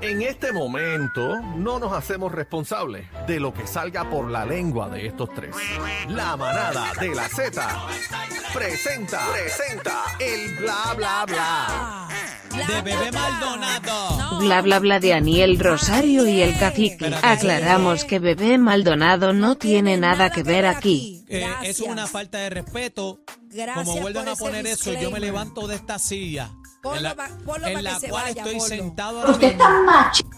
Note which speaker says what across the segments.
Speaker 1: En este momento no nos hacemos responsables de lo que salga por la lengua de estos tres. La manada de la Z presenta, presenta el bla bla bla.
Speaker 2: de Bebé Maldonado.
Speaker 3: Bla bla bla de Aniel Rosario y el cacique. Aclaramos que bebé Maldonado no tiene nada que ver aquí.
Speaker 2: Eh,
Speaker 4: Gracias.
Speaker 2: eso es una falta de respeto.
Speaker 4: Gracias
Speaker 2: Como vuelvan
Speaker 4: por
Speaker 2: a
Speaker 4: ese
Speaker 2: poner eso, yo me
Speaker 4: disclaimer.
Speaker 2: levanto de esta silla.
Speaker 4: Ponlo
Speaker 2: en la,
Speaker 4: pa- ponlo
Speaker 2: en
Speaker 4: pa'
Speaker 2: la
Speaker 4: que se
Speaker 2: cual
Speaker 4: vaya,
Speaker 2: estoy
Speaker 4: ponlo.
Speaker 2: sentado ahora mismo.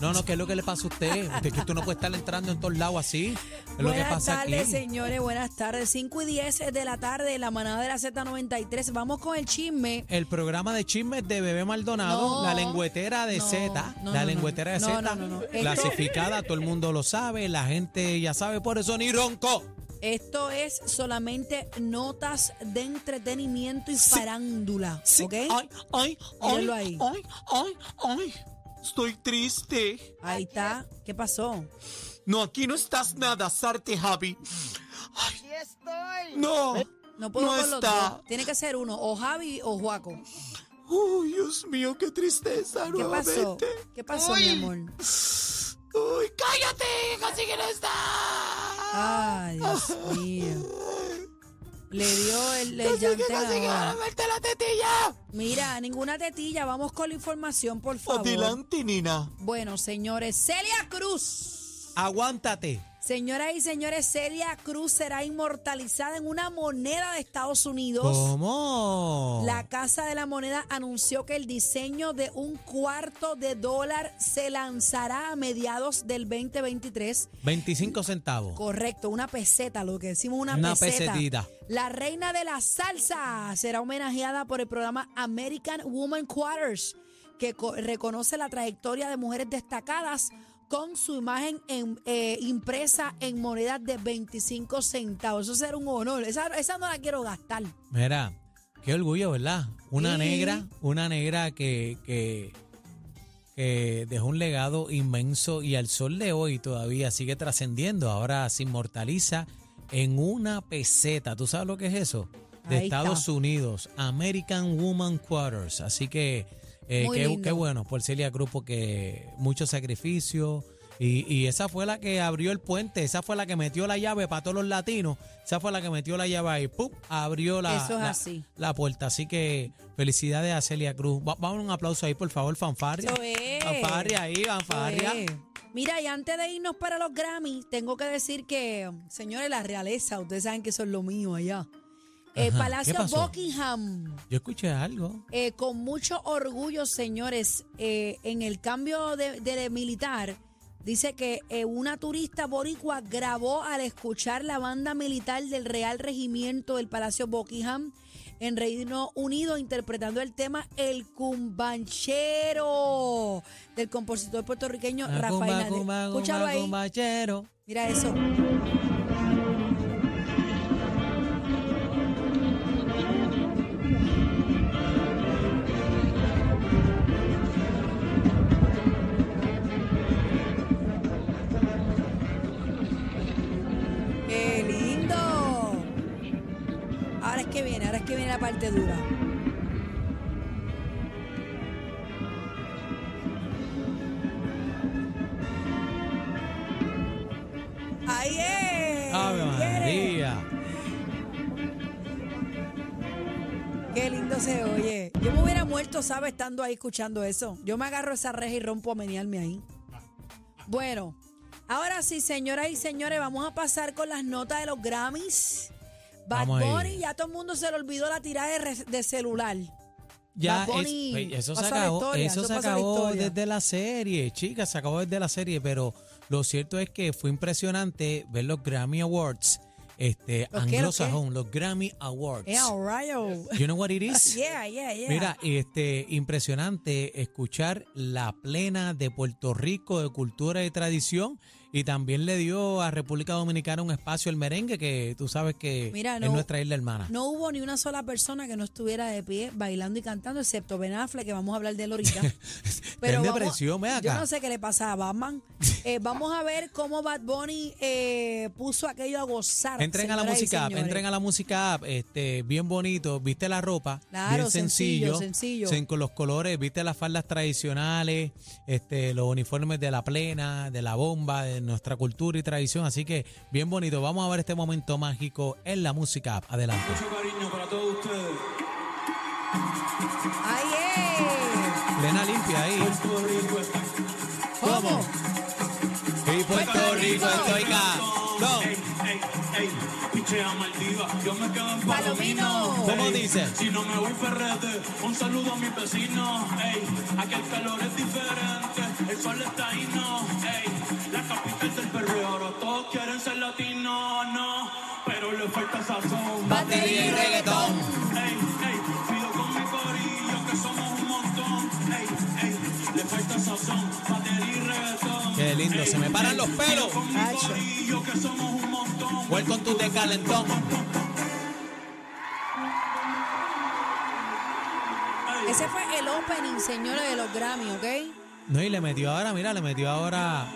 Speaker 2: No, no, ¿qué es lo que le pasa a usted? Usted que usted no puede estar entrando en todos lados así. Es lo que
Speaker 4: Buenas
Speaker 2: pasa
Speaker 4: tardes,
Speaker 2: aquí.
Speaker 4: señores. Buenas tardes. 5 y 10 de la tarde, la manada de la Z93. Vamos con el chisme.
Speaker 2: El programa de chismes de Bebé Maldonado,
Speaker 4: No.
Speaker 2: la lengüetera de
Speaker 4: No,
Speaker 2: Z,
Speaker 4: no,
Speaker 2: la
Speaker 4: no,
Speaker 2: lengüetera de
Speaker 4: no,
Speaker 2: Z,
Speaker 4: no, no, no. Esto-
Speaker 2: clasificada, todo el mundo lo sabe, la gente ya sabe, por eso ni ronco.
Speaker 4: Esto es solamente notas de entretenimiento y farándula.
Speaker 2: Sí.
Speaker 4: ¿Ok?
Speaker 2: Ay, ay, ay,
Speaker 4: Míralo ahí.
Speaker 2: ay, ay, ay. Estoy triste.
Speaker 4: Ahí está. ¿Qué pasó?
Speaker 2: No, aquí no estás nada, Sarte Javi. Ay, estoy. No.
Speaker 4: No puedo
Speaker 2: No
Speaker 4: con los
Speaker 2: está.
Speaker 4: dos. Tiene que ser uno, o Javi o Juaco.
Speaker 2: Uy, Dios mío, qué tristeza
Speaker 4: ¿Qué pasó?
Speaker 2: nuevamente.
Speaker 4: ¿Qué pasó, mi amor?
Speaker 2: Uy, cállate, casi que no está.
Speaker 4: Ay, Dios mío. Le dio el, el llante a la hora.
Speaker 2: Verte la tetilla.
Speaker 4: Mira, ninguna tetilla. Vamos con la información, por favor.
Speaker 2: Nina.
Speaker 4: Bueno, señores, Celia Cruz.
Speaker 2: Aguántate.
Speaker 4: Señoras y señores, Celia Cruz será inmortalizada en una moneda de Estados Unidos.
Speaker 2: ¿Cómo?
Speaker 4: La Casa de la Moneda anunció que el diseño de un cuarto de dólar se lanzará a mediados del 2023.
Speaker 2: 25 centavos.
Speaker 4: Correcto, una peseta, lo que decimos una,
Speaker 2: Una
Speaker 4: peseta.
Speaker 2: pesetita.
Speaker 4: La reina de la salsa será homenajeada por el programa American Woman Quarters, que co- reconoce la trayectoria de mujeres destacadas con su imagen en- eh, impresa en monedas de 25 centavos. Eso será un honor. Esa, esa no la quiero gastar.
Speaker 2: Mira, qué orgullo, ¿verdad? Una
Speaker 4: Sí.
Speaker 2: negra, una negra que, que, que dejó un legado inmenso y al sol de hoy todavía sigue trascendiendo. Ahora se inmortaliza en una peseta. ¿Tú sabes lo que es eso? De
Speaker 4: Ahí está.
Speaker 2: Estados Unidos, American Woman Quarters. Así que eh,
Speaker 4: Muy
Speaker 2: qué,
Speaker 4: lindo.
Speaker 2: qué bueno por Celia Cruz porque mucho sacrificio. Y, y esa fue la que abrió el puente, esa fue la que metió la llave para todos los latinos, esa fue la que metió la llave ahí, ¡pum! abrió la,
Speaker 4: Eso es
Speaker 2: la-
Speaker 4: así.
Speaker 2: la puerta. Así que felicidades a Celia Cruz. Va- vamos a un aplauso ahí, por favor, fanfarria.
Speaker 4: Eso es.
Speaker 2: Fanfarria ahí, fanfarria.
Speaker 4: Eh, Mira, y antes de irnos para los Grammy, tengo que decir que, señores, la realeza, ustedes saben que eso es lo mío allá. El
Speaker 2: Ajá, ¿qué
Speaker 4: Palacio
Speaker 2: pasó?
Speaker 4: Buckingham.
Speaker 2: Yo escuché algo.
Speaker 4: Eh, con mucho orgullo, señores, eh, en el cambio de, de militar, dice que eh, una turista boricua grabó al escuchar la banda militar del Real Regimiento del Palacio Buckingham en Reino Unido interpretando el tema El Cumbanchero del compositor puertorriqueño
Speaker 2: Ah,
Speaker 4: Rafael
Speaker 2: Cumba,
Speaker 4: Nadal.
Speaker 2: cumba, cumba,
Speaker 4: Escúchalo ahí,
Speaker 2: cumbachero.
Speaker 4: mira eso. ¡Qué lindo! Ahora es que viene, ahora es que viene la parte dura. ¡Ahí es!
Speaker 2: Ave
Speaker 4: Viene.
Speaker 2: María.
Speaker 4: Qué lindo se oye. Yo me hubiera muerto, ¿sabes? Estando ahí escuchando eso. Yo me agarro esa reja y rompo a menearme ahí. Bueno, ahora sí, señoras y señores, vamos a pasar con las notas de los Grammys. Bad
Speaker 2: Vamos ahí.
Speaker 4: Bunny, ya todo el mundo se le olvidó la tirada de, re- de celular. Eh,
Speaker 2: Ya,
Speaker 4: Bad
Speaker 2: es-
Speaker 4: Bunny
Speaker 2: pues, eso se
Speaker 4: pasó a la
Speaker 2: acabó,
Speaker 4: historia,
Speaker 2: eso
Speaker 4: eso
Speaker 2: se
Speaker 4: pasó a la
Speaker 2: acabó
Speaker 4: historia.
Speaker 2: desde la serie, chicas, se acabó desde la serie, pero lo cierto es que fue impresionante ver los Grammy Awards, este,
Speaker 4: ¿Los qué, los
Speaker 2: anglosajón, los Grammy Awards.
Speaker 4: Yeah, alright, oh.
Speaker 2: You know what it is?
Speaker 4: yeah, yeah, yeah.
Speaker 2: Mira, este, impresionante escuchar la plena de Puerto Rico de cultura y tradición y también le dio a República Dominicana un espacio el merengue que tú sabes que
Speaker 4: Mira,
Speaker 2: es
Speaker 4: no-
Speaker 2: nuestra isla hermana.
Speaker 4: No hubo ni una sola persona que no estuviera de pie bailando y cantando, excepto Ben Affleck, que vamos a hablar de él ahorita.
Speaker 2: Está en
Speaker 4: vamos-
Speaker 2: depresión, ven
Speaker 4: yo
Speaker 2: acá.
Speaker 4: no sé qué le pasa a Batman, Eh, vamos a ver cómo Bad Bunny eh, puso aquello a gozar.
Speaker 2: Entren a la
Speaker 4: señoras y
Speaker 2: música app,
Speaker 4: señores.
Speaker 2: entren a la música app, este, bien bonito, viste la ropa,
Speaker 4: Claro,
Speaker 2: bien
Speaker 4: sencillo,
Speaker 2: sencillo,
Speaker 4: sencillo.
Speaker 2: sen- con los colores, viste las faldas tradicionales, este, los uniformes de la plena, de la bomba, de nuestra cultura y tradición, así que bien bonito. Vamos a ver este momento mágico en la música app. Adelante.
Speaker 5: cariño para todos ustedes.
Speaker 4: ¡Ay, eh!
Speaker 2: Plena limpia ahí.
Speaker 5: Puerto Rico está
Speaker 4: ¿Cómo?
Speaker 2: Y Puerto Rico estoy acá. No,
Speaker 5: Ey, ey, ey, pichea Maldivas. Yo me quedo en
Speaker 4: Palomino.
Speaker 5: Palomino.
Speaker 2: ¿Cómo
Speaker 5: Ey,
Speaker 2: dice?
Speaker 5: Si no me voy ferrete, un saludo a mis vecinos. Ey, aquí el calor es diferente, el sol está y no. Ey, la capital del perreo, ahora todos quieren ser latinos, no. Pero le falta sazón.
Speaker 4: Batería y reggaetón.
Speaker 5: Ey, ey, pido con mi corillo que somos un montón. Ey, ey, le falta sazón, batería y reggaetón.
Speaker 2: Qué lindo, se me paran los pelos.
Speaker 5: Con mi
Speaker 4: Cacho.
Speaker 5: corillo que somos un montón.
Speaker 2: Welcome to the calentón.
Speaker 4: Ese fue el opening, señores, de los Grammy, ¿ok?
Speaker 2: No, y le metió ahora, mira, le metió ahora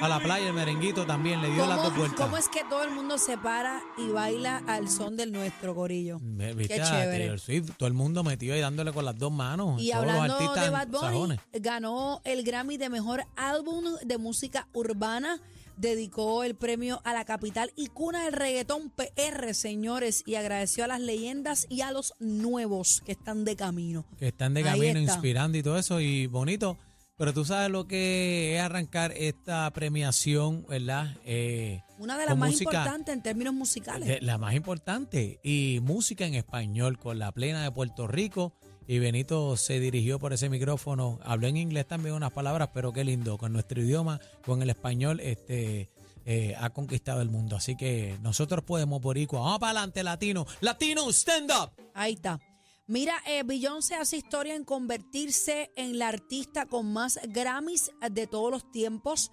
Speaker 2: a la playa el merenguito también, le dio las dos
Speaker 4: ¿Cómo,
Speaker 2: vueltas.
Speaker 4: cómo es que todo el mundo se para y baila al son del nuestro, Corillo?
Speaker 2: Me-
Speaker 4: Qué
Speaker 2: ¿Viste ah, a
Speaker 4: chévere.
Speaker 2: Taylor Swift? Todo el mundo metido ahí dándole con las dos manos.
Speaker 4: Y
Speaker 2: todos los
Speaker 4: hablando
Speaker 2: artistas
Speaker 4: de Bad Bunny,
Speaker 2: sajones.
Speaker 4: ganó el Grammy de Mejor Álbum de Música Urbana. Dedicó el premio a la capital y cuna del reggaetón PR, señores, y agradeció a las leyendas y a los nuevos que están de camino.
Speaker 2: Que están de
Speaker 4: Ahí
Speaker 2: camino
Speaker 4: está.
Speaker 2: inspirando y todo eso, y bonito. Pero tú sabes lo que es arrancar esta premiación, ¿verdad? Eh,
Speaker 4: Una de las
Speaker 2: con
Speaker 4: más
Speaker 2: música-
Speaker 4: importantes en términos musicales.
Speaker 2: de- Eh, la más importante. Y música en español con la plena de Puerto Rico. Y Benito se dirigió por ese micrófono. Habló en inglés también unas palabras, pero qué lindo. Con nuestro idioma, con el español, este eh, ha conquistado el mundo. Así que nosotros podemos, Boricua. Vamos para adelante, latino. Latino, stand up.
Speaker 4: Ahí está. Mira, eh, Beyoncé hace historia en convertirse en la artista con más Grammys de todos los tiempos,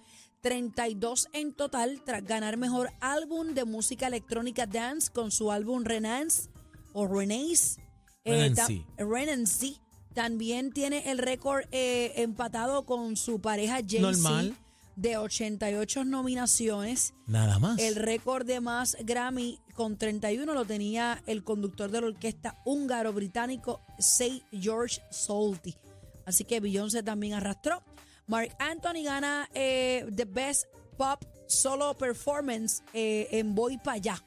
Speaker 4: 32 en total, tras ganar mejor álbum de música electrónica dance con su álbum Renance o Renace. Eh, ta-
Speaker 2: Renaissance.
Speaker 4: Renaissance. También tiene el récord eh, empatado con su pareja Jay-Z
Speaker 2: Normal.
Speaker 4: de 88 nominaciones.
Speaker 2: Nada más.
Speaker 4: El récord de más Grammy con 31 lo tenía el conductor de la orquesta húngaro-británico Say George Solti. Así que Beyoncé también arrastró. Mark Anthony gana eh, The Best Pop Solo Performance eh, en Voy Pa' Allá.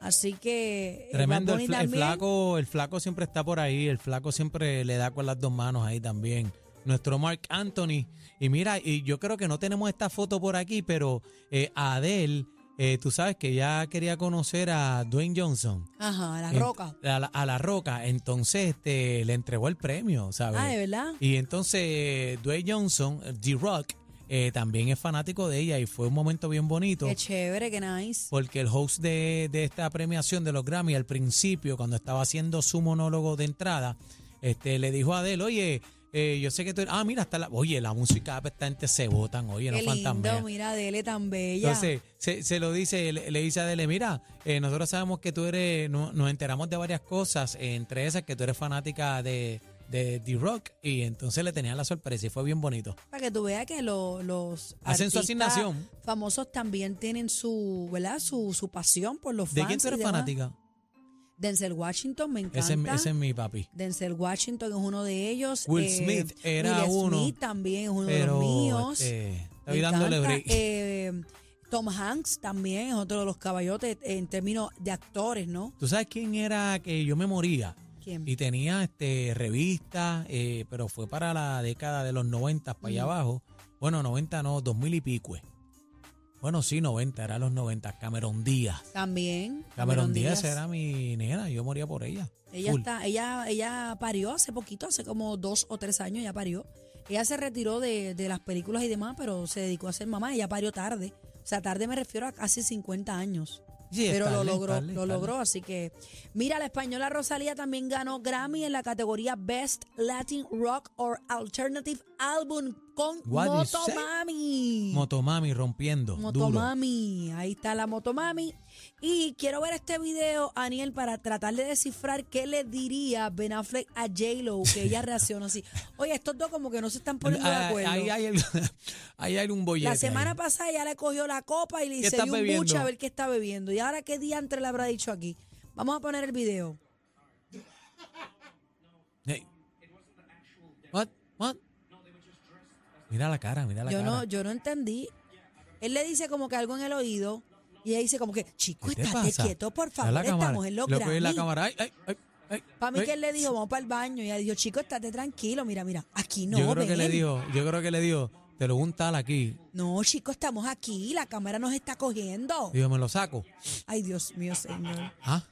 Speaker 4: Así que... eh,
Speaker 2: Tremendo,
Speaker 4: Bad Bunny
Speaker 2: el, fla- el
Speaker 4: también.
Speaker 2: flaco, el flaco siempre está por ahí, el flaco siempre le da con las dos manos ahí también. Nuestro Mark Anthony. Y mira, y yo creo que no tenemos esta foto por aquí, pero eh, Adele, eh, tú sabes que ya quería conocer a Dwayne Johnson.
Speaker 4: Ajá, La
Speaker 2: Ent-
Speaker 4: Roca.
Speaker 2: A la, a La Roca. Entonces este, le entregó el premio, ¿sabes?
Speaker 4: Ah, ¿de verdad?
Speaker 2: Y entonces eh, Dwayne Johnson, D-Rock, eh, también es fanático de ella y fue un momento bien bonito.
Speaker 4: Qué chévere, qué nice.
Speaker 2: Porque el host de, de esta premiación de los Grammy al principio, cuando estaba haciendo su monólogo de entrada, este, le dijo a Adele, oye, eh, yo sé que tú... eres- Ah, mira, está la... Oye, la música app esta gente se botan, oye, no
Speaker 4: qué
Speaker 2: faltan
Speaker 4: lindo,
Speaker 2: más.
Speaker 4: mira, Dele tan bella.
Speaker 2: Entonces, se, se lo dice, le, le dice a Adele, mira, eh, nosotros sabemos que tú eres, no- nos enteramos de varias cosas, eh, entre esas que tú eres fanática de de D-Rock, y entonces le tenían la sorpresa y fue bien bonito.
Speaker 4: Para que tú veas que lo- los
Speaker 2: Hacen su
Speaker 4: artistas
Speaker 2: asignación.
Speaker 4: famosos también tienen su, ¿verdad? Su, su pasión por los fans.
Speaker 2: ¿De quién tú
Speaker 4: y
Speaker 2: eres
Speaker 4: demás.
Speaker 2: fanática?
Speaker 4: Denzel Washington, me encanta.
Speaker 2: Ese, es- ese es mi papi.
Speaker 4: Denzel Washington es uno de ellos. Eh,
Speaker 2: Will Smith era
Speaker 4: Will
Speaker 2: uno,
Speaker 4: Smith también es uno
Speaker 2: Pero...
Speaker 4: de los míos.
Speaker 2: este,
Speaker 4: Me
Speaker 2: estoy dándole
Speaker 4: encanta.
Speaker 2: break.
Speaker 4: Eh, Tom Hanks también es otro de los caballotes en términos de actores, ¿no?
Speaker 2: ¿Tú sabes quién era que yo me moría?
Speaker 4: ¿Quién?
Speaker 2: Y tenía este revistas, eh, pero fue para la década de los 90 para allá abajo. Bueno, 90 no, 2000 y pico. eh. Bueno, sí, 90, era los 90. Cameron Díaz.
Speaker 4: También.
Speaker 2: Cameron Díaz era mi nena, yo moría por ella.
Speaker 4: Ella
Speaker 2: Full.
Speaker 4: está, ella, ella parió hace poquito, hace como dos o tres años ya parió. Ella se retiró de, de las películas y demás, pero se dedicó a ser mamá. Ella parió tarde. O sea, tarde me refiero a casi 50 años.
Speaker 2: Sí,
Speaker 4: pero
Speaker 2: estarle,
Speaker 4: lo logró,
Speaker 2: estarle,
Speaker 4: lo
Speaker 2: estarle.
Speaker 4: logró. Así que, mira, la española Rosalía también ganó Grammy en la categoría Best Latin Rock or Alternative Album con
Speaker 2: What you say?
Speaker 4: Motomami.
Speaker 2: Motomami rompiendo. Duro.
Speaker 4: Motomami, ahí está la Motomami. Y quiero ver este video, Aniel, para tratar de descifrar qué le diría Ben Affleck a J-Lo, que ella reacciona así. Oye, estos dos como que no se están poniendo de
Speaker 2: Ah,
Speaker 4: acuerdo.
Speaker 2: Ahí hay, algo- ahí hay un bollete.
Speaker 4: la semana
Speaker 2: ahí.
Speaker 4: pasada ya le cogió la copa y le dice,
Speaker 2: estás
Speaker 4: "Y un
Speaker 2: bebiendo?
Speaker 4: buche a ver qué está bebiendo. ¿Y ahora qué diantre le habrá dicho aquí? Vamos a poner el video.
Speaker 2: Hey. What? What? Mira la cara, mira la
Speaker 4: Yo
Speaker 2: cara.
Speaker 4: no, yo no entendí. Él le dice como que algo en el oído y ella dice como que, chico,
Speaker 2: ¿Qué te
Speaker 4: estate
Speaker 2: pasa?
Speaker 4: quieto, por
Speaker 2: Mira
Speaker 4: favor,
Speaker 2: la
Speaker 4: estamos
Speaker 2: cámara.
Speaker 4: en los
Speaker 2: Lo que ve la
Speaker 4: Grammy".
Speaker 2: cámara. Ay, ay, ay, ay,
Speaker 4: Para mí
Speaker 2: ay.
Speaker 4: que él le dijo, vamos para el baño. Y ella dijo, chico, estate tranquilo. Mira, mira, aquí no.
Speaker 2: yo creo que
Speaker 4: ven.
Speaker 2: le dijo, yo creo que le dijo, te lo untal aquí.
Speaker 4: No, chico, estamos aquí. La cámara nos está cogiendo.
Speaker 2: Y yo me lo saco.
Speaker 4: Ay, Dios mío, señor.
Speaker 2: ¿Ah?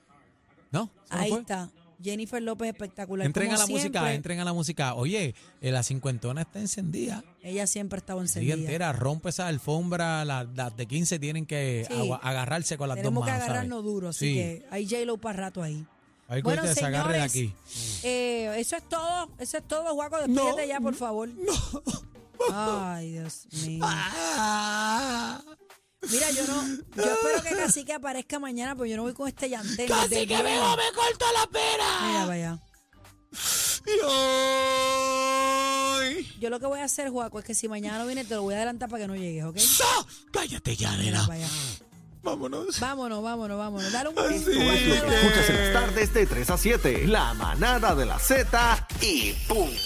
Speaker 2: ¿No? ¿Eso no
Speaker 4: Ahí
Speaker 2: fue?
Speaker 4: está. Jennifer López espectacular.
Speaker 2: Entren
Speaker 4: como
Speaker 2: a la música,
Speaker 4: siempre.
Speaker 2: entren a la música. Oye, eh, la cincuentona está encendida.
Speaker 4: Ella siempre estaba
Speaker 2: Sigue
Speaker 4: encendida.
Speaker 2: entera, rompe esa alfombra. la- Las de 15 tienen que
Speaker 4: Sí.
Speaker 2: agua- agarrarse con las
Speaker 4: Tenemos
Speaker 2: dos
Speaker 4: que
Speaker 2: manos. ¿sabes?
Speaker 4: agarrarnos duro. Así
Speaker 2: Sí.
Speaker 4: que hay J-Lo para rato ahí.
Speaker 2: Hay que
Speaker 4: bueno,
Speaker 2: ustedes se agarre de
Speaker 4: señores,
Speaker 2: aquí.
Speaker 4: eh, eso es todo. Eso es todo, Juaco. Despídete ya, por favor. Ay, Dios mío. Ah,
Speaker 2: Ah,
Speaker 4: Mira, yo no. Yo espero que Cacique aparezca mañana, pero yo no voy con este llantén. ¡Cacique que vivo me corta la pera! Mira, vaya. Yo lo que voy a hacer, Juaco, es que si mañana no viene, te lo voy a adelantar para que no llegues, ¿ok?
Speaker 2: Cállate ya,
Speaker 4: Mira, vaya. Vámonos. Vámonos, vámonos, vámonos. Dale un beso.
Speaker 1: Tú es lo que escuchas en las tardes de 3 a 7. La manada de la Z y punto.